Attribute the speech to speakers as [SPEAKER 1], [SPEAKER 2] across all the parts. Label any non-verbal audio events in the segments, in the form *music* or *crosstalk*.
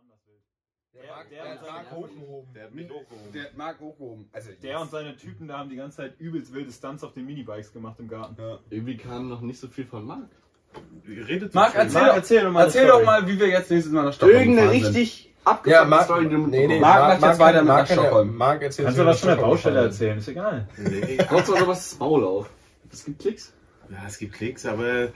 [SPEAKER 1] anders wild.
[SPEAKER 2] Der,
[SPEAKER 1] Der-
[SPEAKER 2] mag,
[SPEAKER 1] der
[SPEAKER 2] der
[SPEAKER 1] hat seine
[SPEAKER 2] mag
[SPEAKER 1] Nerven.
[SPEAKER 2] hochgehoben.
[SPEAKER 3] Der hat
[SPEAKER 1] mich
[SPEAKER 3] mich
[SPEAKER 1] hochgehoben.
[SPEAKER 3] hochgehoben. Der hat Marc hochgehoben. Also
[SPEAKER 1] Der und seine Typen da haben die ganze Zeit übelst wilde Stunts auf den Minibikes gemacht im Garten.
[SPEAKER 3] Ja.
[SPEAKER 4] Irgendwie kam noch nicht so viel von Marc.
[SPEAKER 3] Redet so
[SPEAKER 2] Marc,
[SPEAKER 3] viel.
[SPEAKER 2] erzähl,
[SPEAKER 1] Marc,
[SPEAKER 2] doch-
[SPEAKER 1] erzähl doch mal eine
[SPEAKER 2] erzähl
[SPEAKER 1] Story.
[SPEAKER 2] doch mal, wie wir jetzt nächstes Mal nach Stockholm
[SPEAKER 4] Irgendeine
[SPEAKER 2] fahren sind.
[SPEAKER 4] richtig abgefahrene
[SPEAKER 2] Marc-
[SPEAKER 4] Story, die du
[SPEAKER 5] Nee, nee,
[SPEAKER 4] mitbekommen
[SPEAKER 2] Marc macht jetzt weiter mit nach
[SPEAKER 5] kann ja-
[SPEAKER 2] Stockholm.
[SPEAKER 5] Marc erzählt
[SPEAKER 1] Kannst du
[SPEAKER 5] wie wir
[SPEAKER 1] was von der
[SPEAKER 5] nach Stockholm
[SPEAKER 1] Baustelle
[SPEAKER 5] fahren.
[SPEAKER 1] erzählen? Ist egal.
[SPEAKER 3] Nee.
[SPEAKER 4] hast. Sonst war sowas das Maulauf. Das gibt Klicks.
[SPEAKER 3] Ja, es gibt Klicks, aber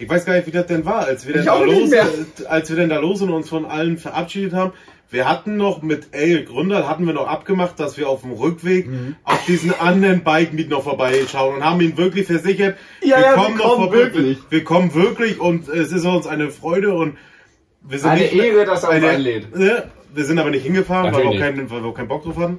[SPEAKER 3] ich weiß gar nicht, wie das denn war, als wir, denn
[SPEAKER 2] Ich
[SPEAKER 3] da
[SPEAKER 2] auch nicht
[SPEAKER 3] los,
[SPEAKER 2] mehr.
[SPEAKER 3] als wir denn da los und uns von allen verabschiedet haben. Wir hatten noch mit El Gründer, hatten wir noch abgemacht, dass wir auf dem Rückweg
[SPEAKER 4] Mhm.
[SPEAKER 3] auf diesen anderen Bike mit noch vorbeischauen und haben ihn wirklich versichert,
[SPEAKER 4] Ja, ja, wir kommen
[SPEAKER 3] vorbei-
[SPEAKER 4] wirklich.
[SPEAKER 3] Wir kommen wirklich und es ist uns eine Freude und wir sind
[SPEAKER 4] Eine
[SPEAKER 3] nicht,
[SPEAKER 4] Ehre,
[SPEAKER 5] Äh,
[SPEAKER 4] dass er uns
[SPEAKER 3] eine-
[SPEAKER 4] einlädt.
[SPEAKER 3] Ne? Wir sind aber nicht hingefahren, weil wir, auch
[SPEAKER 4] Natürlich
[SPEAKER 3] keinen, weil wir auch keinen Bock drauf hatten.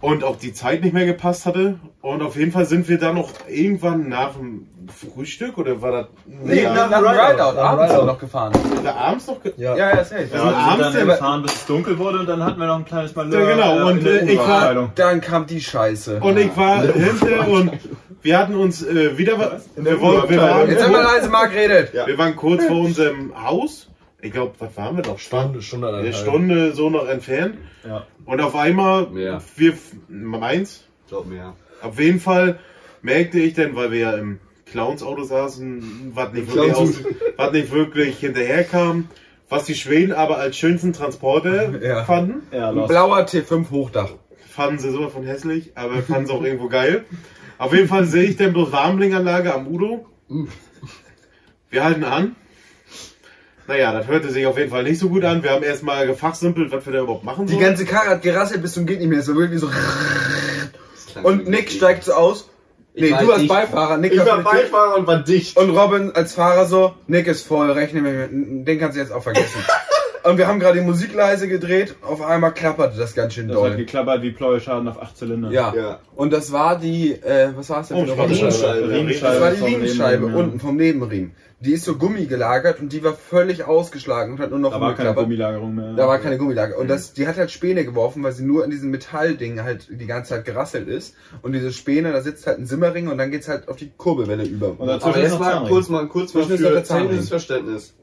[SPEAKER 3] Und auch die Zeit nicht mehr gepasst hatte. Und auf jeden Fall sind wir dann noch irgendwann nach dem Frühstück oder war das.
[SPEAKER 2] Nee, nach dem Rideout, abends sind wir noch gefahren.
[SPEAKER 3] sind wir abends noch. ge-
[SPEAKER 5] Ja.
[SPEAKER 2] Ja, ja, safe.
[SPEAKER 1] also
[SPEAKER 3] Ja,
[SPEAKER 1] wir sind
[SPEAKER 3] abends
[SPEAKER 1] dann
[SPEAKER 3] denn-
[SPEAKER 1] gefahren, bis es dunkel wurde und dann hatten wir noch ein kleines Malheur.
[SPEAKER 3] Ja, genau. Und,
[SPEAKER 1] in der
[SPEAKER 3] äh, ich war-
[SPEAKER 1] U-Bahn-Abteilung.
[SPEAKER 5] Dann kam die Scheiße.
[SPEAKER 3] Und ich war hinter und wir hatten uns äh, wieder. was- Wir, wollen- wir,
[SPEAKER 5] Jetzt sind wir
[SPEAKER 3] waren,
[SPEAKER 5] leise, Marc redet.
[SPEAKER 3] wir waren kurz vor unserem Haus. Ich glaube, was waren wir noch?
[SPEAKER 5] Stunde, Stunde
[SPEAKER 3] Eine Stunde so noch entfernt.
[SPEAKER 1] Ja.
[SPEAKER 3] Und auf einmal,
[SPEAKER 4] Mehr.
[SPEAKER 3] wir, meins,
[SPEAKER 4] Glaub mir, ja.
[SPEAKER 3] Auf jeden Fall merkte ich dann, weil wir ja im Clowns-Auto saßen, was nicht,
[SPEAKER 4] Im
[SPEAKER 3] wirklich aus,
[SPEAKER 4] Clowns-
[SPEAKER 3] was nicht wirklich hinterherkam, was die Schweden aber als schönsten Transporter
[SPEAKER 5] *laughs* Ja.
[SPEAKER 3] fanden.
[SPEAKER 1] Ja,
[SPEAKER 5] Ein
[SPEAKER 1] los.
[SPEAKER 5] blauer T5 Hochdach.
[SPEAKER 3] Fanden sie sowas von hässlich, aber fanden sie auch irgendwo geil. Auf jeden Fall sehe ich dann bloß Warmlinganlage am Udo. Wir halten an. Naja, das hörte sich auf jeden Fall nicht so gut an. Wir haben erstmal gefachsimpelt, was wir da überhaupt machen
[SPEAKER 5] Die
[SPEAKER 3] sollen.
[SPEAKER 5] ganze Karre hat gerasselt bis zum geht nicht mehr. Es war wirklich so. Und Nick steigt so aus. Nee,
[SPEAKER 4] war
[SPEAKER 5] du als
[SPEAKER 4] nicht-
[SPEAKER 5] Beifahrer. Nick
[SPEAKER 4] Ich
[SPEAKER 5] hat
[SPEAKER 4] war
[SPEAKER 5] mit-
[SPEAKER 4] Beifahrer und war dicht.
[SPEAKER 5] Und Robin als Fahrer so, Nick ist voll, rechne mir mit, den kannst du jetzt auch vergessen. Und wir haben gerade die Musik leise gedreht, auf einmal klapperte das ganz schön
[SPEAKER 1] Das hat
[SPEAKER 5] doll.
[SPEAKER 1] geklappert wie Pleuelschaden auf 8 Zylinder. Äh,
[SPEAKER 5] Ja.
[SPEAKER 4] Ja.
[SPEAKER 5] Und das war die, äh, was war es denn für eine
[SPEAKER 3] Umspannung.
[SPEAKER 5] Rolle?
[SPEAKER 4] Riemenscheibe.
[SPEAKER 5] Das war die
[SPEAKER 1] vom
[SPEAKER 5] Riemenscheibe
[SPEAKER 1] Nebenriemen, ja.
[SPEAKER 5] unten vom Nebenriemen. Die ist so gummigelagert und die war völlig ausgeschlagen und hat nur noch
[SPEAKER 1] Da war keine
[SPEAKER 5] rumgeklappert.
[SPEAKER 1] Gummilagerung mehr.
[SPEAKER 5] Da war keine Gummilage. Und das, die hat halt Späne geworfen, weil sie nur in diesem Metallding halt die ganze Zeit gerasselt ist. Und diese Späne, da sitzt halt ein Simmerring und dann geht's halt auf die Kurbelwelle über.
[SPEAKER 1] Und dazwischen
[SPEAKER 4] Aber
[SPEAKER 1] ist
[SPEAKER 4] jetzt
[SPEAKER 1] noch
[SPEAKER 4] mal
[SPEAKER 1] Zahnriemen.
[SPEAKER 4] kurz mal, kurz mal
[SPEAKER 5] Zwischen ist noch
[SPEAKER 4] für
[SPEAKER 5] der Zahnriemen.
[SPEAKER 4] technisches Verständnis.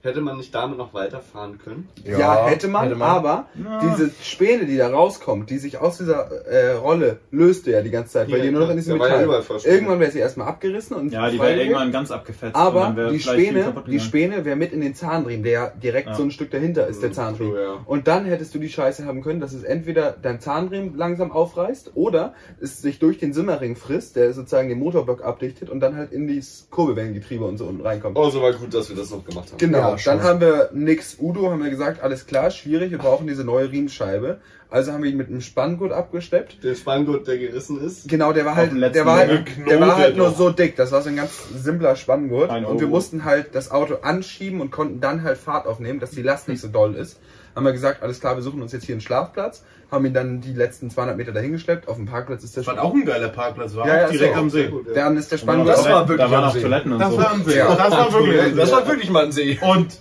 [SPEAKER 4] Hätte man nicht damit noch weiterfahren können?
[SPEAKER 5] ja, hätte, man, aber
[SPEAKER 1] Ja.
[SPEAKER 5] diese Späne, die da rauskommt, die sich aus dieser äh, Rolle löste ja die ganze Zeit, weil
[SPEAKER 4] Ja,
[SPEAKER 5] die nur noch in
[SPEAKER 4] klar.
[SPEAKER 5] diesem
[SPEAKER 4] Da war ja
[SPEAKER 5] Metall.
[SPEAKER 4] überall Vorsprung.
[SPEAKER 5] Irgendwann wäre sie erstmal abgerissen und
[SPEAKER 1] Ja, die
[SPEAKER 5] frei
[SPEAKER 1] wäre
[SPEAKER 5] gegeben.
[SPEAKER 1] irgendwann ganz abgefetzt. und dann
[SPEAKER 5] Aber
[SPEAKER 1] wäre
[SPEAKER 5] die
[SPEAKER 1] vielleicht viel
[SPEAKER 5] Späne,
[SPEAKER 1] kaputt
[SPEAKER 5] die
[SPEAKER 1] gegangen.
[SPEAKER 5] Späne wäre mit in den Zahnriemen, der ja direkt
[SPEAKER 1] Ja.
[SPEAKER 5] so ein Stück dahinter ist, der
[SPEAKER 4] Mhm,
[SPEAKER 5] Zahnriemen.
[SPEAKER 4] true, ja.
[SPEAKER 5] Und dann hättest du die Scheiße haben können, dass es entweder dein Zahnriemen langsam aufreißt oder es sich durch den Simmerring frisst, der sozusagen den Motorblock abdichtet und dann halt in dieses Kurbelwellengetriebe und so unten reinkommt.
[SPEAKER 4] Oh, so war gut, dass wir das noch gemacht haben.
[SPEAKER 5] Genau,
[SPEAKER 2] Ja, schon.
[SPEAKER 5] dann haben wir nix Udo, haben wir gesagt, alles klar, schwierig, wir brauchen diese neue Riemenscheibe. Also haben wir ihn mit einem Spanngurt abgeschleppt.
[SPEAKER 4] Der Spanngurt, der gerissen ist.
[SPEAKER 5] Genau, der war halt,
[SPEAKER 1] dem letzten
[SPEAKER 5] der war
[SPEAKER 1] Meter.
[SPEAKER 5] halt, der war halt
[SPEAKER 3] Geknotet
[SPEAKER 5] nur
[SPEAKER 3] doch.
[SPEAKER 5] so dick. Das war so ein ganz simpler Spanngurt.
[SPEAKER 1] Ein
[SPEAKER 5] Und wir
[SPEAKER 1] Euro.
[SPEAKER 5] mussten halt das Auto anschieben und konnten dann halt Fahrt aufnehmen, dass die Last nicht so doll ist. Haben wir gesagt, alles klar, wir suchen uns jetzt hier einen Schlafplatz. Haben ihn dann die letzten 200 Meter dahingeschleppt. Auf dem Parkplatz ist der
[SPEAKER 3] Was
[SPEAKER 5] schon.
[SPEAKER 3] auch ein geiler Parkplatz war,
[SPEAKER 5] Ja, ja,
[SPEAKER 3] auch direkt
[SPEAKER 5] so.
[SPEAKER 3] am See.
[SPEAKER 5] Dann ist der Spanngurt.
[SPEAKER 1] Da
[SPEAKER 5] auch-
[SPEAKER 2] Das war
[SPEAKER 1] noch-
[SPEAKER 2] wirklich
[SPEAKER 1] Da waren
[SPEAKER 2] am
[SPEAKER 1] auch
[SPEAKER 2] See.
[SPEAKER 1] Toiletten und
[SPEAKER 3] Das
[SPEAKER 1] so.
[SPEAKER 3] war am See.
[SPEAKER 5] Ja.
[SPEAKER 3] Das war wirklich am See.
[SPEAKER 2] Das war wirklich mal ein See.
[SPEAKER 3] Und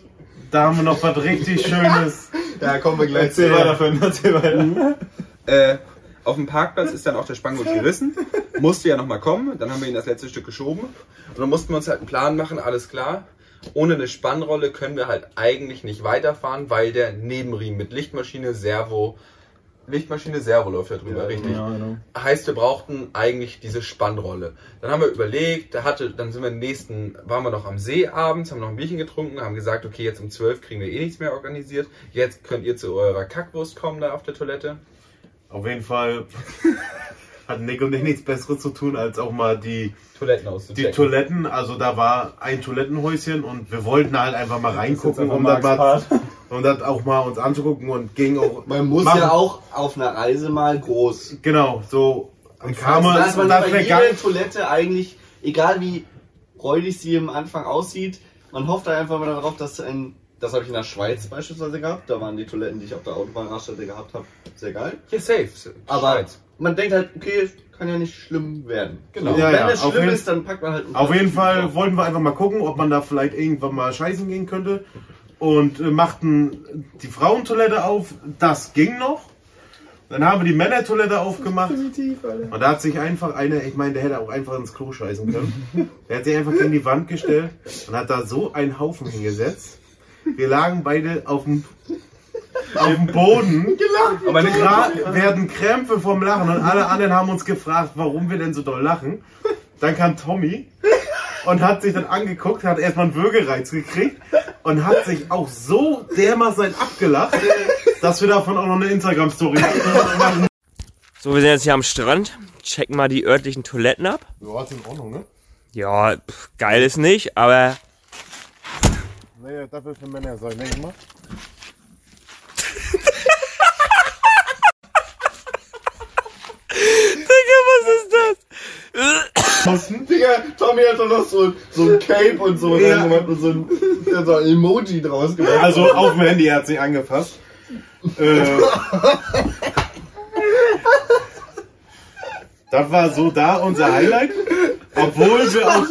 [SPEAKER 3] da haben wir noch was richtig Schönes.
[SPEAKER 4] Da kommen wir gleich
[SPEAKER 1] Erzähl weiter, Finn, erzähl weiter.
[SPEAKER 5] äh, auf dem Parkplatz ist dann auch der Spanngurt gerissen. Musste ja nochmal kommen. Dann haben wir ihn das letzte Stück geschoben. Und dann mussten wir uns halt einen Plan machen, alles klar. Ohne eine Spannrolle können wir halt eigentlich nicht weiterfahren, weil der Nebenriemen mit Lichtmaschine, Servo, Lichtmaschine, Servo läuft ja drüber,
[SPEAKER 4] Ja,
[SPEAKER 5] richtig.
[SPEAKER 1] Ja, genau.
[SPEAKER 5] Heißt, wir brauchten eigentlich diese Spannrolle. Dann haben wir überlegt, da hatte, dann sind wir den nächsten, waren wir noch am See abends, haben noch ein Bierchen getrunken, haben gesagt, okay, jetzt um 12 kriegen wir eh nichts mehr organisiert. Jetzt könnt ihr zu eurer Kackwurst kommen da auf der Toilette.
[SPEAKER 3] Auf jeden Fall *laughs* hatten Nick und ich nichts Besseres zu tun, als auch mal die,
[SPEAKER 5] Toiletten
[SPEAKER 3] die
[SPEAKER 5] auszuchecken.
[SPEAKER 3] Toiletten. Also da war ein Toilettenhäuschen und wir wollten halt einfach mal reingucken,
[SPEAKER 1] Jetzt
[SPEAKER 3] um
[SPEAKER 1] einfach
[SPEAKER 3] das, mal,
[SPEAKER 1] Marks Part.
[SPEAKER 3] *laughs* um das auch mal uns anzugucken und ging auch.
[SPEAKER 4] Man muss
[SPEAKER 3] machen.
[SPEAKER 4] ja auch auf einer Reise mal groß
[SPEAKER 3] Genau, so. Und kam
[SPEAKER 4] also,
[SPEAKER 3] man,
[SPEAKER 4] dass man
[SPEAKER 3] und das
[SPEAKER 4] bei
[SPEAKER 3] wär
[SPEAKER 4] jeder
[SPEAKER 3] geil.
[SPEAKER 4] Toilette eigentlich, egal wie räudig sie am Anfang aussieht, man hofft da einfach mal darauf, dass ein. Das habe ich in der Schweiz beispielsweise gehabt. Da waren die Toiletten, die ich auf der Autobahnraststätte gehabt habe, sehr geil.
[SPEAKER 5] Hier safe.
[SPEAKER 4] Aber
[SPEAKER 5] Schweiz.
[SPEAKER 4] man denkt halt, okay, kann ja nicht schlimm werden.
[SPEAKER 5] Genau.
[SPEAKER 4] Und
[SPEAKER 3] Ja,
[SPEAKER 4] wenn
[SPEAKER 3] ja,
[SPEAKER 4] es
[SPEAKER 3] auf
[SPEAKER 4] schlimm
[SPEAKER 3] jeden-
[SPEAKER 4] ist, dann packt man halt. einen
[SPEAKER 3] Auf jeden
[SPEAKER 4] Platten
[SPEAKER 3] Fall
[SPEAKER 4] drauf.
[SPEAKER 3] wollten wir einfach mal gucken, ob man da vielleicht irgendwann mal scheißen gehen könnte. Und äh, machten die Frauentoilette auf. Das ging noch. Dann haben wir die Männertoilette aufgemacht. Und da hat sich einfach einer, ich meine, der hätte auch einfach ins Klo scheißen können. Der hat sich einfach gegen die Wand gestellt und hat da so einen Haufen hingesetzt. Wir lagen beide auf dem, auf dem Boden.
[SPEAKER 5] Aber meine
[SPEAKER 3] Gra wir hatten Krämpfe vom Lachen und alle anderen haben uns gefragt, warum wir denn so doll lachen. Dann kam Tommy und hat sich dann angeguckt, hat erstmal einen Würgereiz gekriegt und hat sich auch so dermaßen abgelacht, dass wir davon auch noch eine Instagram-Story machen.
[SPEAKER 6] So, wir sind jetzt hier am Strand, checken mal die örtlichen Toiletten ab.
[SPEAKER 7] Ja, ist in Ordnung, ne?
[SPEAKER 6] Ja, pff, geil ist nicht, aber
[SPEAKER 7] Naja, dafür für Männer, sag ich nicht mal.
[SPEAKER 4] Digga, Tommy hat doch noch so, so ein Cape und so
[SPEAKER 3] Ja.
[SPEAKER 4] reingemacht und so ein, der hat so ein Emoji draus gemacht.
[SPEAKER 3] Also auf dem Handy hat sie angefasst. Äh, das war so da unser Highlight. Obwohl wir auch.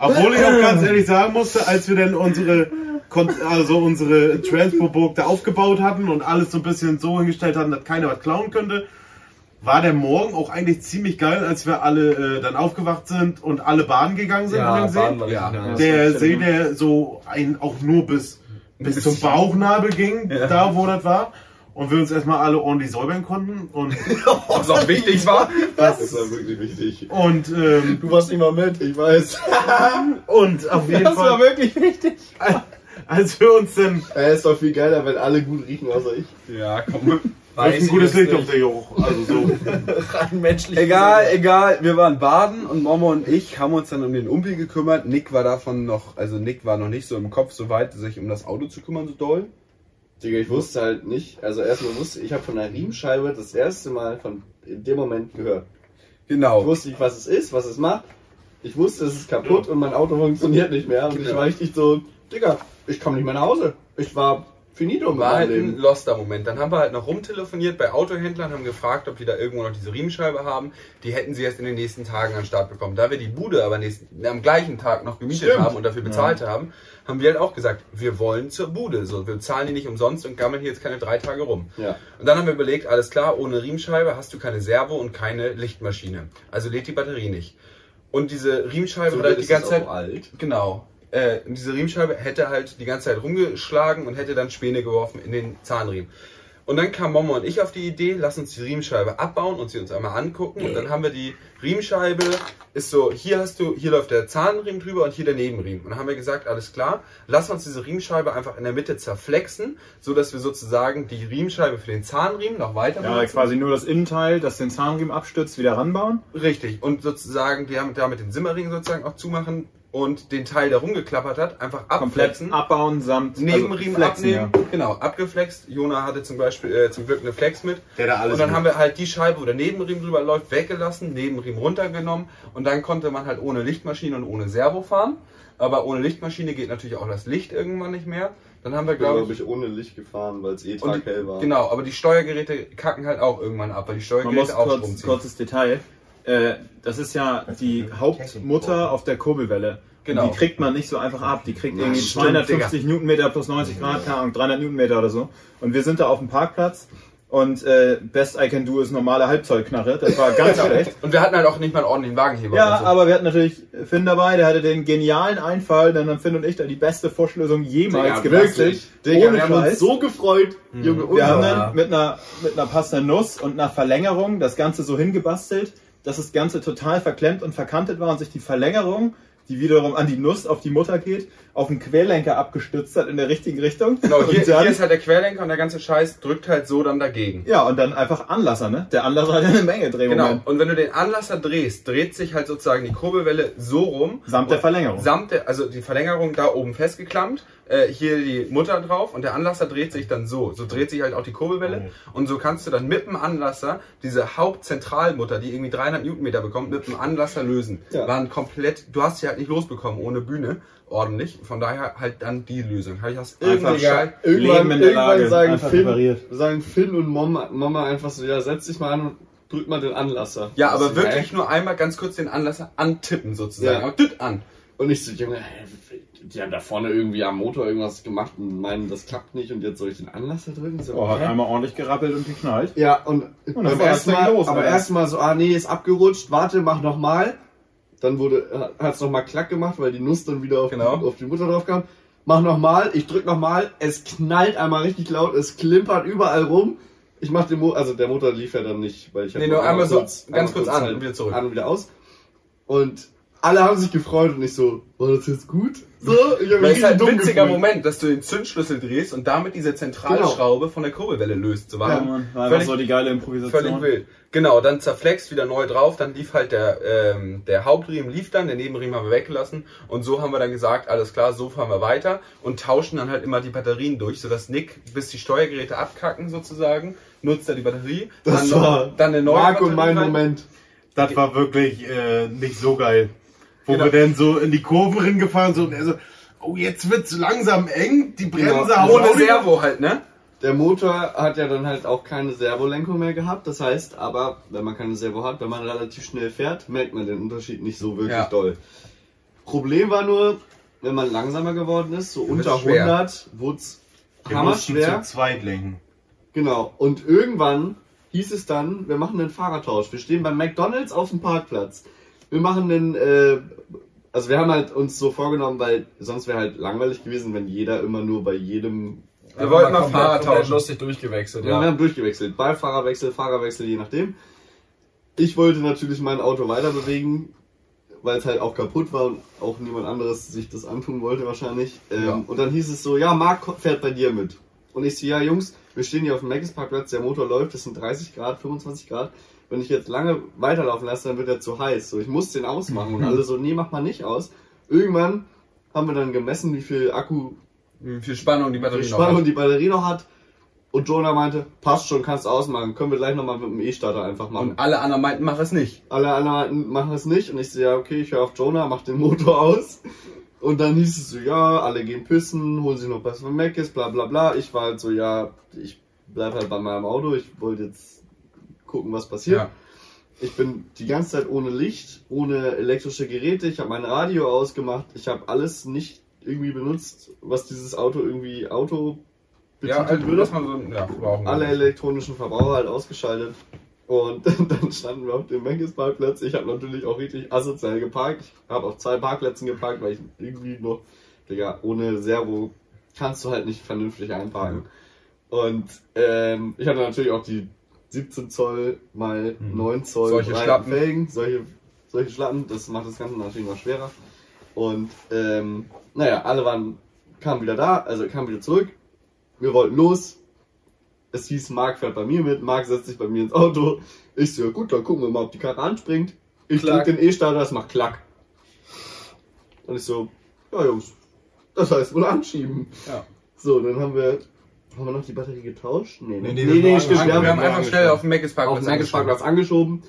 [SPEAKER 3] Obwohl ich auch ganz ehrlich sagen musste, als wir dann unsere, Kon- also unsere Transportburg da aufgebaut hatten und alles so ein bisschen so hingestellt hatten, dass keiner was klauen könnte, war der Morgen auch eigentlich ziemlich geil, als wir alle äh, dann aufgewacht sind und alle baden gegangen sind an dem See.
[SPEAKER 2] Ja.
[SPEAKER 3] Der See, der so ein auch nur bis, bis zum Bauchnabel ging,
[SPEAKER 2] Ja.
[SPEAKER 3] da wo das war. Und wir uns erstmal alle ordentlich säubern konnten. Und,
[SPEAKER 2] Was auch wichtig war.
[SPEAKER 4] Das war wirklich wichtig.
[SPEAKER 3] und, ähm,
[SPEAKER 4] Du warst nicht mal mit, ich weiß. *laughs*
[SPEAKER 3] und auf jeden Fall,
[SPEAKER 2] wirklich wichtig.
[SPEAKER 3] als wir uns dann.
[SPEAKER 4] Er ist doch viel geiler, wenn alle gut riechen außer ich.
[SPEAKER 2] Ja, komm.
[SPEAKER 3] Das ist ein gutes Licht auf der Joch. Also so.
[SPEAKER 4] Rein menschlich.
[SPEAKER 2] Egal, egal. Wir waren baden und Momo und ich haben uns dann um den Umpi gekümmert. Nick war davon noch, also Nick war noch nicht so im Kopf so weit, sich um das Auto zu kümmern, so doll.
[SPEAKER 4] Digga, ich wusste halt nicht, also erstmal wusste ich, ich habe von der Riemenscheibe das erste Mal von in dem Moment gehört. Ich
[SPEAKER 2] Genau.
[SPEAKER 4] wusste nicht, was es ist, was es macht. Ich wusste, es ist kaputt und mein Auto funktioniert nicht mehr. Und ich war richtig so, Digga, ich komme nicht mehr nach Hause. Ich war finito mit
[SPEAKER 5] War
[SPEAKER 4] meinem
[SPEAKER 5] halt ein
[SPEAKER 4] Leben.
[SPEAKER 5] loster Moment. Dann haben wir halt noch rumtelefoniert bei Autohändlern, haben gefragt, ob die da irgendwo noch diese Riemenscheibe haben. Die hätten sie erst in den nächsten Tagen an den Start bekommen. Da wir die Bude aber nächsten, am gleichen Tag noch gemietet haben und dafür bezahlt haben, haben wir halt auch gesagt, wir wollen zur Bude. So, wir zahlen die nicht umsonst und gammeln hier jetzt keine drei Tage rum.
[SPEAKER 4] Ja.
[SPEAKER 5] Und dann haben wir überlegt, alles klar, ohne Riemenscheibe hast du keine Servo und keine Lichtmaschine. Also lädt die Batterie nicht. Und diese Riemenscheibe
[SPEAKER 4] So
[SPEAKER 5] war halt
[SPEAKER 4] ist
[SPEAKER 5] die ganze
[SPEAKER 4] es
[SPEAKER 5] Zeit
[SPEAKER 4] auch alt.
[SPEAKER 5] Genau. Äh, diese Riemenscheibe hätte halt die ganze Zeit rumgeschlagen und hätte dann Späne geworfen in den Zahnriemen. Und dann kam Momo und ich auf die Idee, lass uns die Riemenscheibe abbauen und sie uns einmal angucken. Und dann haben wir die Riemenscheibe, ist so, hier hast du, hier läuft der Zahnriemen drüber und hier der Nebenriemen. Und dann haben wir gesagt, alles klar, lass uns diese Riemenscheibe einfach in der Mitte zerflexen, so dass wir sozusagen die Riemenscheibe für den Zahnriemen noch
[SPEAKER 1] *laughs*
[SPEAKER 5] weiter
[SPEAKER 1] Ja, quasi nur das Innenteil, das den Zahnriemen abstützt, wieder ranbauen.
[SPEAKER 5] Richtig. Und sozusagen, die haben damit den Simmerring sozusagen auch zumachen und den Teil, der rumgeklappert hat, einfach
[SPEAKER 1] Komplett
[SPEAKER 5] abflexen.
[SPEAKER 1] abbauen samt also
[SPEAKER 5] Nebenriemen
[SPEAKER 1] flexen,
[SPEAKER 5] abnehmen. Genau, abgeflext. Jona hatte zum Beispiel äh, zum Glück eine Flex mit.
[SPEAKER 3] Der da alles
[SPEAKER 5] und dann
[SPEAKER 3] mit-
[SPEAKER 5] haben wir halt die Scheibe, wo der Nebenriemen drüber läuft, weggelassen, Nebenriemen runtergenommen und dann konnte man halt ohne Lichtmaschine und ohne Servo fahren. Aber ohne Lichtmaschine geht natürlich auch das Licht irgendwann nicht mehr. Dann haben wir,
[SPEAKER 4] Ich bin,
[SPEAKER 5] glaube
[SPEAKER 4] glaube ich, ohne Licht gefahren, weil es eh
[SPEAKER 5] und
[SPEAKER 4] taghell war.
[SPEAKER 5] Genau, aber die Steuergeräte kacken halt auch irgendwann ab, weil die
[SPEAKER 1] Man
[SPEAKER 5] Steuergeräte
[SPEAKER 1] muss
[SPEAKER 5] auch
[SPEAKER 1] kurz,
[SPEAKER 5] Strom ziehen.
[SPEAKER 1] kurzes Detail. Äh, das ist ja die Hauptmutter auf der Kurbelwelle. Genau.
[SPEAKER 5] Genau.
[SPEAKER 1] Und die kriegt man nicht so einfach ab. Die kriegt
[SPEAKER 5] Ja,
[SPEAKER 1] irgendwie
[SPEAKER 5] stimmt,
[SPEAKER 1] 250 Newtonmeter plus 90 Grad, keine Ahnung, 300 Newtonmeter oder so. Und wir sind da auf dem Parkplatz und äh, Best I Can Do ist normale Halbzollknarre. Das war
[SPEAKER 4] *laughs*
[SPEAKER 1] ganz schlecht.
[SPEAKER 5] Und wir hatten halt auch nicht mal einen ordentlichen Wagenheber.
[SPEAKER 1] Ja,
[SPEAKER 4] Also.
[SPEAKER 5] oder so.
[SPEAKER 1] aber wir hatten natürlich Finn dabei, der hatte den genialen Einfall, dann haben Finn und ich da die beste Vorschlösung jemals
[SPEAKER 4] Digga,
[SPEAKER 1] gebastelt.
[SPEAKER 4] wirklich. Digga,
[SPEAKER 1] Ohne
[SPEAKER 4] wir haben uns
[SPEAKER 1] Scheiß.
[SPEAKER 4] so gefreut. Junge,
[SPEAKER 1] Wir haben
[SPEAKER 4] unnormal.
[SPEAKER 1] dann mit einer, mit einer passenden Nuss und einer Verlängerung das Ganze so hingebastelt, dass das Ganze total verklemmt und verkantet war und sich die Verlängerung, die wiederum an die Nuss auf die Mutter geht, auf den Querlenker abgestützt hat in der richtigen Richtung.
[SPEAKER 5] Genau, hier,
[SPEAKER 1] und dann,
[SPEAKER 5] hier ist halt der Querlenker und der ganze Scheiß drückt halt so dann dagegen.
[SPEAKER 1] ja, und dann einfach Anlasser, ne? Der Anlasser hat eine Menge Drehungen.
[SPEAKER 5] Genau. Und wenn du den Anlasser drehst, dreht sich halt sozusagen die Kurbelwelle so rum.
[SPEAKER 1] Samt der Verlängerung.
[SPEAKER 5] Samt der, also die Verlängerung da oben festgeklammt, äh, hier die Mutter drauf und der Anlasser dreht sich dann so. So dreht sich halt auch die Kurbelwelle und so kannst du dann mit dem Anlasser diese Hauptzentralmutter, die irgendwie 300 Newtonmeter bekommt, mit dem Anlasser lösen.
[SPEAKER 4] Ja.
[SPEAKER 5] Waren komplett, du hast sie halt nicht losbekommen ohne Bühne, ordentlich. Von daher halt dann die Lösung. Habe ich das
[SPEAKER 1] Einfach
[SPEAKER 5] irgendwie geil.
[SPEAKER 1] Leben in der Lage,
[SPEAKER 4] sagen
[SPEAKER 1] einfach
[SPEAKER 4] Finn,
[SPEAKER 1] repariert.
[SPEAKER 4] sagen Finn und Mama, Mama einfach so, ja, setz dich mal an und drück mal den Anlasser.
[SPEAKER 5] Ja,
[SPEAKER 4] Das
[SPEAKER 5] aber
[SPEAKER 4] ist
[SPEAKER 5] wirklich
[SPEAKER 4] geil.
[SPEAKER 5] nur einmal ganz kurz den Anlasser antippen sozusagen.
[SPEAKER 4] Ja.
[SPEAKER 5] Aber düt an.
[SPEAKER 4] Und ich so, Junge, hä, die haben da vorne irgendwie am Motor irgendwas gemacht und meinen, das klappt nicht und jetzt soll ich den Anlasser drücken? So,
[SPEAKER 1] Oh, hat
[SPEAKER 4] hä?
[SPEAKER 1] einmal ordentlich gerappelt und geknallt.
[SPEAKER 4] Ja, und,
[SPEAKER 1] dann
[SPEAKER 4] beim
[SPEAKER 1] war das
[SPEAKER 4] ersten
[SPEAKER 1] Ding
[SPEAKER 4] Mal,
[SPEAKER 5] ne?
[SPEAKER 1] los,
[SPEAKER 4] aber
[SPEAKER 1] Alter.
[SPEAKER 4] erstmal so, ah nee, ist abgerutscht, warte, mach nochmal. Dann wurde, hat es nochmal klack gemacht, weil die Nuss dann wieder auf,
[SPEAKER 5] Genau.
[SPEAKER 4] die, auf die Mutter drauf kam. Mach nochmal, ich drück nochmal, es knallt einmal richtig laut, es klimpert überall rum. Ich mach den Mo also der Motor lief ja dann nicht, weil ich hab
[SPEAKER 5] Nee, nur
[SPEAKER 4] einmal
[SPEAKER 5] einmal so, ganz
[SPEAKER 4] einmal
[SPEAKER 5] kurz an
[SPEAKER 4] halt
[SPEAKER 5] und wieder zurück.
[SPEAKER 4] An und wieder aus. Und alle haben sich gefreut und ich so, war das jetzt gut? So,
[SPEAKER 5] Weil
[SPEAKER 4] ich hab
[SPEAKER 5] es
[SPEAKER 4] mich
[SPEAKER 5] ist halt
[SPEAKER 4] dumm
[SPEAKER 5] ein witziger
[SPEAKER 4] gefühlt.
[SPEAKER 5] Moment, dass du den Zündschlüssel drehst und damit diese Zentralschraube von der Kurbelwelle löst. So war
[SPEAKER 4] Genau. Ja,
[SPEAKER 1] Oh Mann, war einfach
[SPEAKER 5] Völlig-
[SPEAKER 1] so die geile
[SPEAKER 5] Völlig
[SPEAKER 1] Improvisation.
[SPEAKER 5] wild. Genau, dann zerflext, wieder neu drauf, dann lief halt der, ähm, der Hauptriemen lief dann, der Nebenriemen haben wir weggelassen und so haben wir dann gesagt, alles klar, so fahren wir weiter und tauschen dann halt immer die Batterien durch, sodass Nick, bis die Steuergeräte abkacken sozusagen, nutzt er die Batterie,
[SPEAKER 4] Das
[SPEAKER 5] dann,
[SPEAKER 4] war
[SPEAKER 5] dann eine neue
[SPEAKER 4] Marc und
[SPEAKER 5] Batterie
[SPEAKER 4] mein
[SPEAKER 5] rein.
[SPEAKER 4] Moment.
[SPEAKER 3] Das war wirklich äh, nicht so geil. Wo
[SPEAKER 5] Genau.
[SPEAKER 3] wir dann so in die Kurven ringefahren sind und er so, oh, jetzt wird's langsam eng, die Bremse
[SPEAKER 4] Genau.
[SPEAKER 3] hauen
[SPEAKER 5] Ohne
[SPEAKER 3] auch
[SPEAKER 5] *laughs*
[SPEAKER 3] nicht-
[SPEAKER 5] Servo halt, ne?
[SPEAKER 4] Der Motor hat ja dann halt auch keine Servolenkung mehr gehabt. Das heißt aber, wenn man keine Servo hat, wenn man relativ schnell fährt, merkt man den Unterschied nicht so wirklich
[SPEAKER 5] Ja.
[SPEAKER 4] doll. Problem war nur, wenn man langsamer geworden ist, so
[SPEAKER 5] wird's
[SPEAKER 4] unter
[SPEAKER 5] schwer.
[SPEAKER 4] 100, wurde es
[SPEAKER 3] Wir mussten zu
[SPEAKER 4] hammerschwer.
[SPEAKER 3] zweit lenken.
[SPEAKER 4] Genau. Und irgendwann hieß es dann, wir machen einen Fahrertausch. Wir stehen beim McDonalds auf dem Parkplatz. Wir machen einen, äh, also wir haben halt uns so vorgenommen, weil sonst wäre halt langweilig gewesen, wenn jeder immer nur bei jedem
[SPEAKER 5] Wir wollten mal
[SPEAKER 8] komplett-
[SPEAKER 5] Fahrer
[SPEAKER 8] komplett
[SPEAKER 5] tauschen.
[SPEAKER 8] lustig durchgewechselt,
[SPEAKER 4] Ja.
[SPEAKER 8] ja.
[SPEAKER 4] Wir haben durchgewechselt. Ballfahrerwechsel, Fahrerwechsel, je nachdem. Ich wollte natürlich mein Auto weiter bewegen, weil es halt auch kaputt war und auch niemand anderes sich das antun wollte wahrscheinlich. Ähm,
[SPEAKER 5] Ja.
[SPEAKER 4] Und dann hieß es so, ja, Marc ko- fährt bei dir mit. Und ich so, ja, Jungs, wir stehen hier auf dem Meckes-Parkplatz, der Motor läuft, es sind 30 Grad, 25 Grad. Wenn ich jetzt lange weiterlaufen lasse, dann wird er zu heiß. So, ich muss den ausmachen. Und alle so, nee, mach mal nicht aus. Irgendwann haben wir dann gemessen, wie viel Akku
[SPEAKER 5] Wie Hm, viel Spannung die Batterie
[SPEAKER 4] die
[SPEAKER 5] noch
[SPEAKER 4] Spannung
[SPEAKER 5] hat.
[SPEAKER 4] die Batterie noch hat. Und Jonah meinte, passt schon, kannst ausmachen. Können wir gleich nochmal mit dem E-Starter einfach machen.
[SPEAKER 5] Und alle anderen meinten, mach es nicht.
[SPEAKER 4] Alle anderen machen es nicht. Und ich so, ja, okay, ich höre auf Jonah, mach den Motor aus. Und dann hieß es so, ja, alle gehen pissen, holen sich noch was von Meckes, bla bla bla. Ich war halt so, ja, ich bleib halt bei meinem Auto. Ich wollte jetzt gucken, was passiert.
[SPEAKER 5] Ja.
[SPEAKER 4] Ich bin die ganze Zeit ohne Licht, ohne elektrische Geräte. Ich habe mein Radio ausgemacht. Ich habe alles nicht irgendwie benutzt, was dieses Auto irgendwie Auto
[SPEAKER 5] Ja,
[SPEAKER 4] betitelt
[SPEAKER 5] also,
[SPEAKER 4] würde
[SPEAKER 5] dass man so, ja, war auch ein
[SPEAKER 4] alle
[SPEAKER 5] guter-
[SPEAKER 4] elektronischen Verbraucher halt ausgeschaltet. Und *laughs* dann standen wir auf dem Menkes-Parkplatz. Ich habe natürlich auch richtig asozial geparkt. Ich habe auf zwei Parkplätzen geparkt, weil ich irgendwie noch, Digga, ohne Servo kannst du halt nicht vernünftig einparken. Und ähm, ich hatte natürlich auch die 17 Zoll mal
[SPEAKER 5] Mhm.
[SPEAKER 4] 9 Zoll
[SPEAKER 5] Solche
[SPEAKER 4] breiten
[SPEAKER 5] Schlappen.
[SPEAKER 4] Felgen, solche, solche Schlappen. Das macht das Ganze natürlich noch schwerer. Und ähm, naja, alle waren, kamen wieder da, also kamen wieder zurück. Wir wollten los, es hieß, Marc fährt bei mir mit, Marc setzt sich bei mir ins Auto. Ich so, ja gut, dann gucken wir mal, ob die Karre anspringt. Ich drück
[SPEAKER 5] Klack.
[SPEAKER 4] den E-Starter, das macht Klack. Und ich so, ja Jungs, das heißt wohl anschieben.
[SPEAKER 5] Ja.
[SPEAKER 4] So, dann haben wir, haben wir noch die Batterie getauscht? Nee, ne?
[SPEAKER 8] Nee, nee,
[SPEAKER 4] nee,
[SPEAKER 8] wir
[SPEAKER 4] nee,
[SPEAKER 8] haben
[SPEAKER 4] stimmt,
[SPEAKER 5] Wir haben,
[SPEAKER 4] wir haben
[SPEAKER 5] einfach schnell auf den Meckes
[SPEAKER 4] auf
[SPEAKER 5] Parkplatz
[SPEAKER 4] den Merkesplatz angeschoben.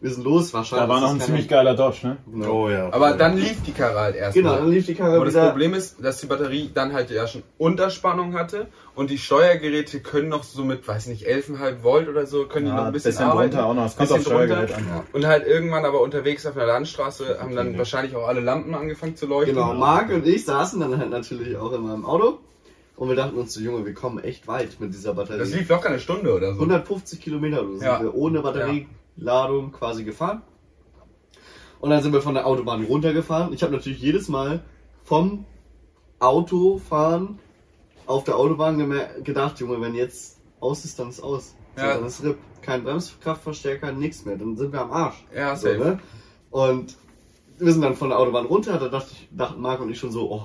[SPEAKER 4] Wir sind los, wahrscheinlich.
[SPEAKER 1] Da war noch ein ziemlich geiler Dodge, ne?
[SPEAKER 4] Genau,
[SPEAKER 3] ja.
[SPEAKER 5] Aber dann lief die Karre halt erstmal.
[SPEAKER 4] genau dann lief die Karre
[SPEAKER 5] Aber das
[SPEAKER 4] wieder.
[SPEAKER 5] Problem ist, dass die Batterie dann halt ja schon Unterspannung hatte und die Steuergeräte können noch so mit, weiß nicht, 11,5 Volt oder so, können die noch ein bisschen, arbeiten.
[SPEAKER 1] runter auch noch. Es kommt
[SPEAKER 5] Bisschen
[SPEAKER 1] auf Steuergerät
[SPEAKER 5] runter.
[SPEAKER 1] an.
[SPEAKER 5] Und halt irgendwann aber unterwegs auf einer Landstraße haben dann wahrscheinlich auch alle Lampen angefangen zu leuchten.
[SPEAKER 4] Genau, Marc und ich saßen dann halt natürlich auch in meinem Auto. Und wir dachten uns so, Junge, wir kommen echt weit mit dieser Batterie.
[SPEAKER 5] Das lief locker eine Stunde oder so.
[SPEAKER 4] 150 Kilometer oder so sind
[SPEAKER 5] Ja.
[SPEAKER 4] wir ohne Batterieladung quasi gefahren. Und dann sind wir von der Autobahn runtergefahren. Ich habe natürlich jedes Mal vom Autofahren auf der Autobahn gemer- gedacht, Junge, wenn jetzt aus ist, dann ist aus. So,
[SPEAKER 5] Ja.
[SPEAKER 4] Dann ist RIP. Kein Bremskraftverstärker, nichts mehr. Dann sind wir am Arsch.
[SPEAKER 5] Ja,
[SPEAKER 4] So,
[SPEAKER 5] safe.
[SPEAKER 4] ne? Und wir sind dann von der Autobahn runter, da dachte ich, dachten Marc und ich schon so, oh,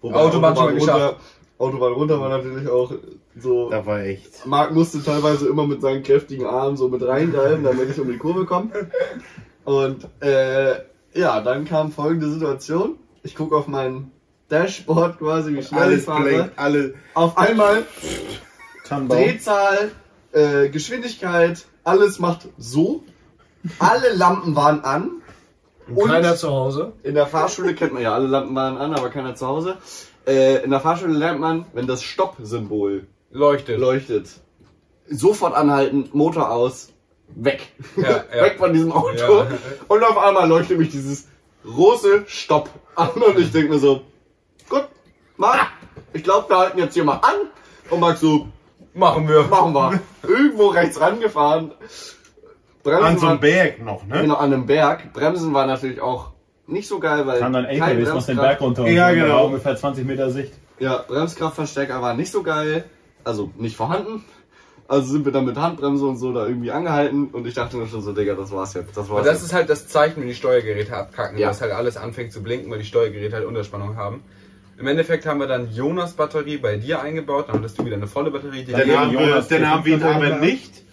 [SPEAKER 4] wobei
[SPEAKER 5] Autobahn schon mal
[SPEAKER 4] runter, Autobahn runter war natürlich auch so.
[SPEAKER 3] Da war echt.
[SPEAKER 4] Marc musste teilweise immer mit seinen kräftigen Armen so mit reingreifen, damit ich um die Kurve komme. Und äh, ja, dann kam folgende Situation. Ich gucke auf mein Dashboard quasi, wie schnell ich
[SPEAKER 3] Alles
[SPEAKER 4] fahre.
[SPEAKER 3] blinkt, alle.
[SPEAKER 4] Auf einmal
[SPEAKER 1] Tannenbaum.
[SPEAKER 4] Drehzahl, äh, Geschwindigkeit, alles macht so. Alle Lampen waren an. Und-
[SPEAKER 8] Keiner zu Hause.
[SPEAKER 4] In der Fahrschule kennt man ja alle Lampen waren an, aber keiner zu Hause. Äh, in der Fahrschule lernt man, wenn das Stopp-Symbol
[SPEAKER 5] Leuchtet.
[SPEAKER 4] leuchtet, sofort anhalten, Motor aus, weg.
[SPEAKER 5] Ja, ja.
[SPEAKER 4] weg von diesem Auto.
[SPEAKER 5] Ja.
[SPEAKER 4] Und auf einmal leuchtet mich dieses große Stopp an und ich denke mir so, gut, Marc, ich glaube, wir halten jetzt hier mal an. Und Marc so,
[SPEAKER 5] Machen wir.
[SPEAKER 4] machen wir. Irgendwo rechts rangefahren. Bremsen
[SPEAKER 3] An so
[SPEAKER 4] war-
[SPEAKER 3] einem Berg noch, ne?
[SPEAKER 4] Genau, an einem Berg. Bremsen war natürlich auch nicht so geil, weil
[SPEAKER 1] Kam dann LKW, muss den Berg runter und
[SPEAKER 3] Ja,
[SPEAKER 1] dann
[SPEAKER 3] genau.
[SPEAKER 1] war ungefähr 20 Meter Sicht.
[SPEAKER 4] ja, Bremskraftverstärker war nicht so geil, also nicht vorhanden. Also sind wir dann mit Handbremse und so da irgendwie angehalten und ich dachte mir schon so, Digga, das war's jetzt. Das war's
[SPEAKER 5] Und das
[SPEAKER 4] jetzt.
[SPEAKER 5] ist halt das Zeichen, wenn die Steuergeräte abkacken,
[SPEAKER 4] Ja.
[SPEAKER 5] dass halt alles anfängt zu blinken, weil die Steuergeräte halt Unterspannung haben. Im Endeffekt haben wir dann Jonas Batterie bei dir eingebaut, dann hattest du wieder eine volle Batterie. Die
[SPEAKER 3] Dann
[SPEAKER 1] Ja,
[SPEAKER 3] haben, wir,
[SPEAKER 1] Jonas,
[SPEAKER 3] dann
[SPEAKER 1] der
[SPEAKER 3] haben wir ihn
[SPEAKER 1] kommt
[SPEAKER 3] aber
[SPEAKER 1] runter.
[SPEAKER 3] nicht.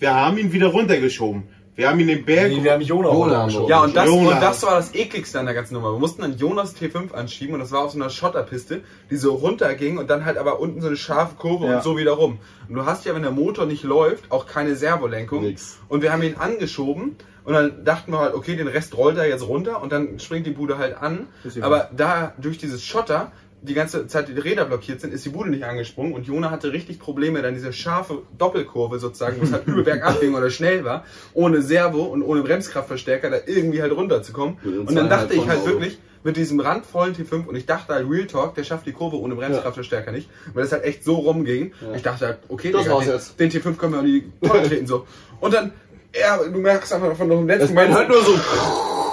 [SPEAKER 3] Wir haben ihn wieder runtergeschoben. Wir haben ihn den Berg.
[SPEAKER 8] Nee, wir haben
[SPEAKER 4] Jonah
[SPEAKER 8] Jonah
[SPEAKER 4] schon.
[SPEAKER 8] schon.
[SPEAKER 5] ja, und das,
[SPEAKER 3] Jonas.
[SPEAKER 5] und das war das ekligste an der ganzen Nummer. Wir mussten dann Jonas T5 anschieben und das war auf so einer Schotterpiste, die so runterging und dann halt aber unten so eine scharfe Kurve
[SPEAKER 1] Ja.
[SPEAKER 5] und so wieder rum. Und du hast ja, wenn der Motor nicht läuft, auch keine Servolenkung.
[SPEAKER 4] Nix.
[SPEAKER 5] Und wir haben ihn angeschoben und dann dachten wir halt, okay, den Rest rollt er jetzt runter und dann springt die Bude halt an. Aber da durch dieses Schotter die ganze Zeit die Räder blockiert sind, ist die Bude nicht angesprungen und Jona hatte richtig Probleme, dann diese scharfe Doppelkurve sozusagen, wo es
[SPEAKER 4] *laughs*
[SPEAKER 5] halt übel bergab ging oder schnell war, ohne Servo und ohne Bremskraftverstärker da irgendwie halt runterzukommen.
[SPEAKER 4] Mit den
[SPEAKER 5] Und dann dachte
[SPEAKER 4] zweieinhalb
[SPEAKER 5] ich halt
[SPEAKER 4] Tonnen Auto.
[SPEAKER 5] wirklich mit diesem randvollen T5 und ich dachte halt Real Talk, der schafft die Kurve ohne Bremskraftverstärker nicht, weil das halt echt so rumging. Ich dachte halt, okay,
[SPEAKER 4] Das war's
[SPEAKER 5] den,
[SPEAKER 4] jetzt.
[SPEAKER 5] den T5 können wir an *laughs* die Tonne treten so. Und dann, ja, du merkst einfach von dem letzten Mal halt nur so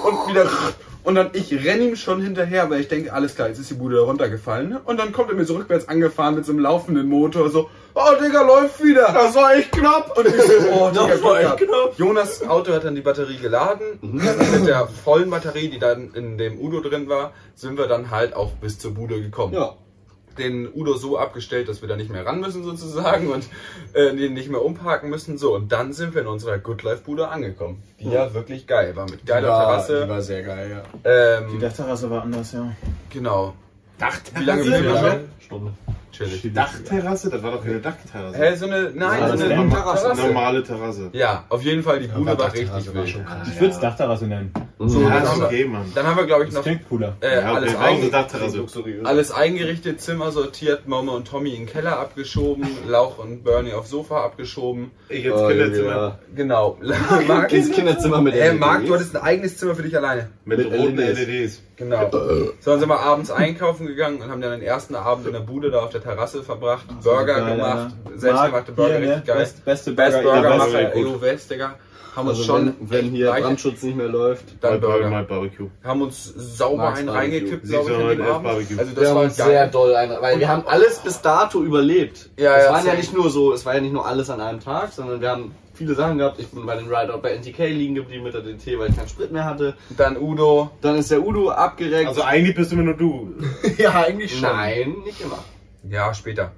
[SPEAKER 5] und wieder. Und dann ich renne ihm schon hinterher, weil ich denke, alles klar, jetzt ist die Bude da runtergefallen. ne? Und dann kommt er mir so rückwärts angefahren mit so einem laufenden Motor, so, oh Digga, läuft wieder. Das war echt knapp. Und ich so, oh
[SPEAKER 8] *laughs*
[SPEAKER 5] Digga,
[SPEAKER 8] Das war echt
[SPEAKER 5] Glück gehabt. Mhm. Jonas Auto hat dann die Batterie geladen. mit der vollen Batterie, die dann in dem Udo drin war, sind wir dann halt auch bis zur Bude gekommen
[SPEAKER 4] ja.
[SPEAKER 5] den Udo so abgestellt, dass wir da nicht mehr ran müssen sozusagen und äh, den nicht mehr umparken müssen. So, und dann sind wir in unserer Good Life Bude angekommen. Die ja wirklich geil war, mit geiler
[SPEAKER 8] Die
[SPEAKER 5] Terrasse.
[SPEAKER 8] war sehr geil, ja.
[SPEAKER 5] Ähm,
[SPEAKER 1] Der Terrasse war anders, ja.
[SPEAKER 5] genau.
[SPEAKER 3] Dachterrasse?
[SPEAKER 5] Wie lange sind wir schon?
[SPEAKER 4] Stunde.
[SPEAKER 5] Chillig.
[SPEAKER 3] Dachterrasse? Das war doch keine Dachterrasse.
[SPEAKER 5] Hä, so eine, nein,
[SPEAKER 1] Ja,
[SPEAKER 5] so
[SPEAKER 1] das
[SPEAKER 5] eine
[SPEAKER 1] ist
[SPEAKER 5] Terrasse.
[SPEAKER 3] Normale Terrasse.
[SPEAKER 5] Ja, auf jeden Fall, die Bude war richtig wild.
[SPEAKER 1] Ich würde es Dachterrasse nennen.
[SPEAKER 4] Mhm.
[SPEAKER 5] So,
[SPEAKER 3] Ja,
[SPEAKER 5] dann,
[SPEAKER 3] ist
[SPEAKER 5] haben wir,
[SPEAKER 3] okay, Mann.
[SPEAKER 5] dann haben wir, glaube ich,
[SPEAKER 1] Das
[SPEAKER 5] noch
[SPEAKER 1] klingt cooler.
[SPEAKER 5] äh,
[SPEAKER 3] Ja,
[SPEAKER 5] alles,
[SPEAKER 3] okay, eigentlich
[SPEAKER 5] einge
[SPEAKER 3] Dachterrasse.
[SPEAKER 5] alles eingerichtet, Zimmer sortiert, Mama und Tommy in den
[SPEAKER 1] *laughs*
[SPEAKER 5] Keller abgeschoben, Lauch und Bernie aufs Sofa abgeschoben.
[SPEAKER 3] Ich
[SPEAKER 4] Oh,
[SPEAKER 3] jetzt Kinderzimmer.
[SPEAKER 4] ja.
[SPEAKER 5] Genau. *laughs* Marc
[SPEAKER 4] Ins Kinderzimmer mit
[SPEAKER 5] Hey,
[SPEAKER 4] LEDs.
[SPEAKER 5] Marc, du hattest ein eigenes Zimmer für dich alleine.
[SPEAKER 3] Mit,
[SPEAKER 4] Mit E
[SPEAKER 3] roten
[SPEAKER 4] LEDs.
[SPEAKER 3] LEDs.
[SPEAKER 5] Genau.
[SPEAKER 3] äh.
[SPEAKER 5] So dann sind wir abends einkaufen gegangen und haben dann den ersten Abend in der Bude da auf der Terrasse verbracht, Burger
[SPEAKER 1] Geil,
[SPEAKER 5] gemacht,
[SPEAKER 1] Alter.
[SPEAKER 5] selbstgemachte
[SPEAKER 1] Mark, ne?
[SPEAKER 5] Burger,
[SPEAKER 1] hier,
[SPEAKER 5] richtig
[SPEAKER 1] ne?
[SPEAKER 5] geil.
[SPEAKER 1] Best, beste Burger,
[SPEAKER 5] Best Burger halt
[SPEAKER 1] ja,
[SPEAKER 3] Macher.
[SPEAKER 5] machen,
[SPEAKER 3] gut.
[SPEAKER 5] EU West, Digga. Haben uns
[SPEAKER 4] Also
[SPEAKER 5] schon
[SPEAKER 4] wenn, wenn hier
[SPEAKER 5] gleich-
[SPEAKER 4] Brandschutz nicht mehr läuft.
[SPEAKER 5] dann
[SPEAKER 3] Burger.
[SPEAKER 5] Burger.
[SPEAKER 3] Mal Barbecue.
[SPEAKER 5] Haben uns sauber
[SPEAKER 4] Mark's
[SPEAKER 5] einen
[SPEAKER 4] Barbecue.
[SPEAKER 5] reingekippt,
[SPEAKER 3] Siehst
[SPEAKER 5] glaube ich, an
[SPEAKER 3] du,
[SPEAKER 5] dem
[SPEAKER 3] heute
[SPEAKER 5] Abend.
[SPEAKER 3] erst Barbecue.
[SPEAKER 5] Also
[SPEAKER 4] wir
[SPEAKER 5] das
[SPEAKER 4] haben
[SPEAKER 5] war
[SPEAKER 4] uns sehr
[SPEAKER 5] geil.
[SPEAKER 4] doll ein, weil wir haben alles bis dato überlebt.
[SPEAKER 5] Ja,
[SPEAKER 4] es
[SPEAKER 5] ja,
[SPEAKER 4] waren ja
[SPEAKER 5] safe.
[SPEAKER 4] nicht nur so, es war ja nicht nur alles an einem Tag, sondern wir haben viele Sachen gehabt. Ich bin bei den Rideout bei NTK liegen geblieben mit der DT, weil ich keinen Sprit mehr hatte.
[SPEAKER 5] Dann Udo.
[SPEAKER 4] Dann ist der Udo abgereckt.
[SPEAKER 3] Also eigentlich bist du immer nur du.
[SPEAKER 8] Ja, eigentlich schon.
[SPEAKER 4] Nein, nicht immer.
[SPEAKER 5] Ja, später.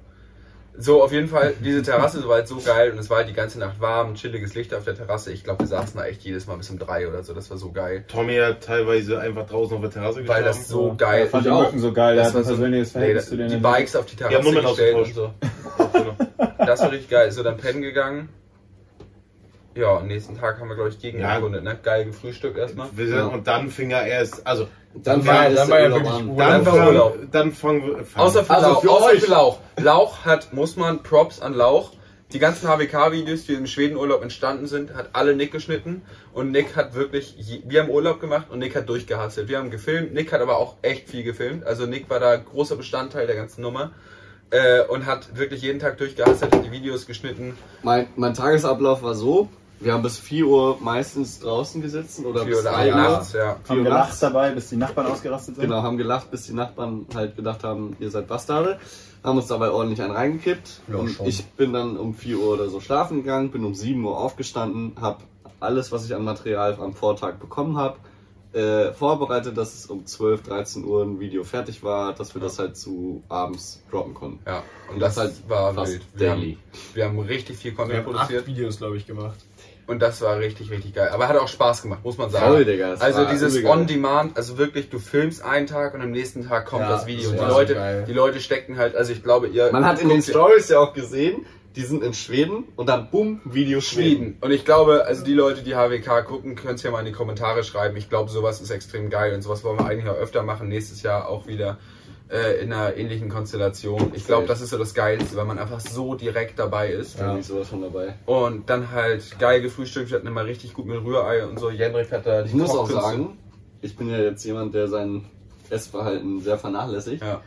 [SPEAKER 5] So, auf jeden Fall, diese Terrasse war halt so geil und es war halt die ganze Nacht warm, chilliges Licht auf der Terrasse. Ich glaube, wir saßen da echt jedes Mal bis um drei oder so, das war so geil.
[SPEAKER 3] Tommy hat teilweise einfach draußen auf der Terrasse
[SPEAKER 5] Weil
[SPEAKER 3] geschlafen.
[SPEAKER 5] das so
[SPEAKER 1] Ich
[SPEAKER 5] geil
[SPEAKER 1] fand die
[SPEAKER 5] auch.
[SPEAKER 1] Mücken so geil, der
[SPEAKER 5] Das
[SPEAKER 1] hat ein
[SPEAKER 5] war so-
[SPEAKER 1] persönliches Verhältnis zu
[SPEAKER 5] Nee,
[SPEAKER 1] denen.
[SPEAKER 5] die Bikes auf die
[SPEAKER 3] Ja,
[SPEAKER 5] Terrasse
[SPEAKER 3] Moment
[SPEAKER 5] gestellt und
[SPEAKER 3] ausgetauscht.
[SPEAKER 5] so. *laughs* Das war richtig geil. So, dann pennen gegangen. Ja, am nächsten Tag haben wir, glaube ich, gegen
[SPEAKER 3] Ja.
[SPEAKER 5] gegründet, ne? Geil gefrühstückt erstmal.
[SPEAKER 3] Wir sind, Und dann fing er erst, also
[SPEAKER 8] Dann
[SPEAKER 4] Ja,
[SPEAKER 8] war,
[SPEAKER 4] das
[SPEAKER 8] dann
[SPEAKER 4] ist
[SPEAKER 8] war
[SPEAKER 4] der
[SPEAKER 8] ja
[SPEAKER 4] Urlaub
[SPEAKER 8] wirklich
[SPEAKER 4] an.
[SPEAKER 8] Urlaub.
[SPEAKER 3] dann,
[SPEAKER 5] Dann war Urlaub.
[SPEAKER 3] fangen, dann fangen wir fangen.
[SPEAKER 5] Außer für
[SPEAKER 4] Also
[SPEAKER 5] Lauch.
[SPEAKER 4] für
[SPEAKER 5] außer
[SPEAKER 4] euch.
[SPEAKER 5] für Lauch. Lauch hat, muss man Props an Lauch. Die ganzen HWK-Videos, die im Schwedenurlaub entstanden sind, hat alle Nick geschnitten. Und Nick hat wirklich, je- wir haben Urlaub gemacht und Nick hat durchgehasselt. Wir haben gefilmt, Nick hat aber auch echt viel gefilmt. Also Nick war da großer Bestandteil der ganzen Nummer. Äh, und hat wirklich jeden Tag durchgehasselt, hat die Videos geschnitten.
[SPEAKER 4] Mein, mein Tagesablauf war so, wir haben bis 4 Uhr meistens draußen gesessen oder
[SPEAKER 5] Vier
[SPEAKER 4] bis
[SPEAKER 5] oder
[SPEAKER 4] 3
[SPEAKER 5] acht
[SPEAKER 4] Uhr.
[SPEAKER 5] nachts, ja.
[SPEAKER 4] Vier
[SPEAKER 1] haben
[SPEAKER 4] Uhr
[SPEAKER 1] gelacht
[SPEAKER 4] nachts.
[SPEAKER 1] dabei, bis die Nachbarn ausgerastet sind.
[SPEAKER 4] Genau, haben gelacht, bis die Nachbarn halt gedacht haben, ihr seid Bastarde. Haben uns dabei ordentlich einen reingekippt.
[SPEAKER 8] Ja,
[SPEAKER 4] und
[SPEAKER 8] schon.
[SPEAKER 4] ich bin dann um 4 Uhr oder so schlafen gegangen, bin um 7 Uhr aufgestanden, habe alles, was ich an Material am Vortag bekommen habe, äh, vorbereitet, dass es um 12, 13 Uhr ein Video fertig war, dass wir das halt zu abends droppen konnten.
[SPEAKER 5] Ja, und
[SPEAKER 4] Und
[SPEAKER 5] das,
[SPEAKER 4] das halt
[SPEAKER 5] war
[SPEAKER 4] fast
[SPEAKER 5] wild. Wir
[SPEAKER 4] daily.
[SPEAKER 5] haben, wir haben richtig viel
[SPEAKER 8] Wir
[SPEAKER 5] Content
[SPEAKER 8] haben acht
[SPEAKER 5] produziert
[SPEAKER 8] Videos, glaube ich, gemacht.
[SPEAKER 5] und das war richtig, richtig geil. Aber hat auch Spaß gemacht, muss man sagen.
[SPEAKER 4] Voll, Digga, das
[SPEAKER 5] also
[SPEAKER 4] war
[SPEAKER 5] dieses
[SPEAKER 4] übel geil.
[SPEAKER 5] On-Demand, also wirklich, du filmst einen Tag und am nächsten Tag kommt
[SPEAKER 8] Ja,
[SPEAKER 5] das
[SPEAKER 8] das
[SPEAKER 5] Video. Und die
[SPEAKER 8] war so
[SPEAKER 5] Leute,
[SPEAKER 8] geil.
[SPEAKER 5] die Leute stecken halt, also ich glaube, ihr...
[SPEAKER 4] Man hat in den
[SPEAKER 5] guckt ihr-
[SPEAKER 4] Stories ja auch gesehen, die sind in Schweden und dann bumm, Video Schweden.
[SPEAKER 5] Schweden. Und ich glaube, also die Leute, die HWK gucken, können es ja mal in die Kommentare schreiben. Ich glaube, sowas ist extrem geil und sowas wollen wir eigentlich auch öfter machen. Nächstes Jahr auch wieder äh, in einer ähnlichen Konstellation. Ich glaube, das ist so das Geilste, weil man einfach so direkt dabei ist.
[SPEAKER 4] Ja. Ich sowas schon dabei.
[SPEAKER 5] Und dann halt geil gefrühstückt, wir hatten immer richtig gut mit Rührei und so. Jendrik hat da die
[SPEAKER 4] Also Ich muss auch
[SPEAKER 5] Kochkünste.
[SPEAKER 4] sagen, ich bin ja jetzt jemand, der sein Essverhalten sehr vernachlässigt.
[SPEAKER 5] Ja.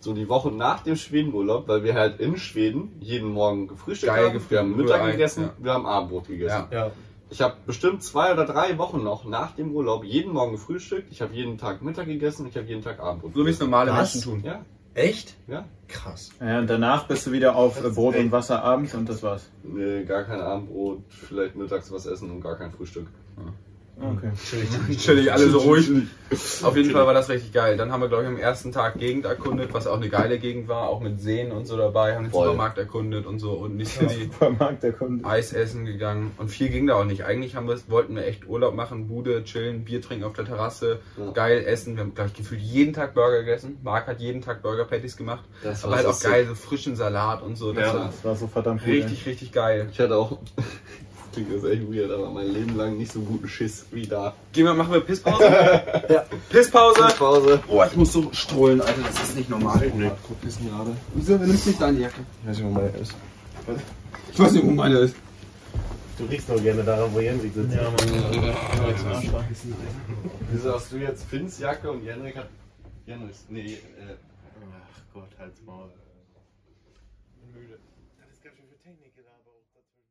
[SPEAKER 4] So die Woche nach dem Schwedenurlaub, weil wir halt in Schweden jeden Morgen gefrühstückt
[SPEAKER 5] Geil
[SPEAKER 4] haben. Wir haben
[SPEAKER 5] gefrühstückt,
[SPEAKER 4] Mittag
[SPEAKER 5] Rührei,
[SPEAKER 4] gegessen,
[SPEAKER 5] ja.
[SPEAKER 4] wir haben Abendbrot gegessen.
[SPEAKER 5] Ja.
[SPEAKER 8] Ja.
[SPEAKER 4] Ich habe bestimmt zwei oder drei Wochen noch nach dem Urlaub jeden Morgen gefrühstückt. Ich habe jeden Tag Mittag gegessen. Ich habe jeden Tag Abend.
[SPEAKER 5] So wie es normale
[SPEAKER 9] Was?
[SPEAKER 5] Menschen tun. *laughs*
[SPEAKER 4] Ja,
[SPEAKER 9] Echt?
[SPEAKER 4] ja.
[SPEAKER 9] Krass.
[SPEAKER 1] Ja, und danach bist du wieder auf äh, Brot und Wasser abends und das war's.
[SPEAKER 4] Nee, gar kein Abendbrot, vielleicht mittags was essen und gar kein Frühstück.
[SPEAKER 5] Mhm.
[SPEAKER 1] Okay. *laughs*
[SPEAKER 5] Chillig, alle so ruhig. Auf jeden Fall war das richtig geil. Dann haben wir, glaube ich, am ersten Tag Gegend erkundet, was auch eine geile Gegend war, auch mit Seen und so dabei, haben den
[SPEAKER 4] Voll.
[SPEAKER 5] Supermarkt erkundet und so und nicht in die
[SPEAKER 1] Supermarkt, der kommt.
[SPEAKER 5] Eis essen gegangen. Und viel ging da auch nicht. Eigentlich haben wir, wollten wir echt Urlaub machen, Bude, chillen, Bier trinken auf der Terrasse,
[SPEAKER 4] Ja.
[SPEAKER 5] geil essen. Wir haben, glaube ich, gefühlt jeden Tag Burger gegessen. Marc hat jeden Tag Burger Patties gemacht.
[SPEAKER 4] Das
[SPEAKER 5] aber halt auch geil, so frischen Salat und so. Das
[SPEAKER 3] Ja.
[SPEAKER 5] war
[SPEAKER 1] Das war so verdammt gut.
[SPEAKER 5] richtig, richtig geil.
[SPEAKER 4] Ich hatte auch, *laughs* klingt das echt weird, aber mein Leben lang nicht so guten Schiss wie da.
[SPEAKER 5] Gehen wir, machen wir Pisspause? ja. Pisspause!
[SPEAKER 4] Pause.
[SPEAKER 5] Boah, Oh, ich muss so strollen, Alter, das ist nicht normal.
[SPEAKER 9] Guck das mir gerade.
[SPEAKER 5] Wieso nimmst du nicht deine Jacke?
[SPEAKER 9] Ich weiß nicht, wo meine ist.
[SPEAKER 5] Ich weiß nicht, wo meine ist.
[SPEAKER 8] Du riechst nur gerne daran, wo Jensik sitzt. Ja,
[SPEAKER 4] Wieso hast du jetzt Finns Jacke und Jenrik hat. Jenriks. Nee, äh.
[SPEAKER 8] Ach Gott, halt's Maul. Müde. Das ist ganz schön viel Technik, aber auch dazu.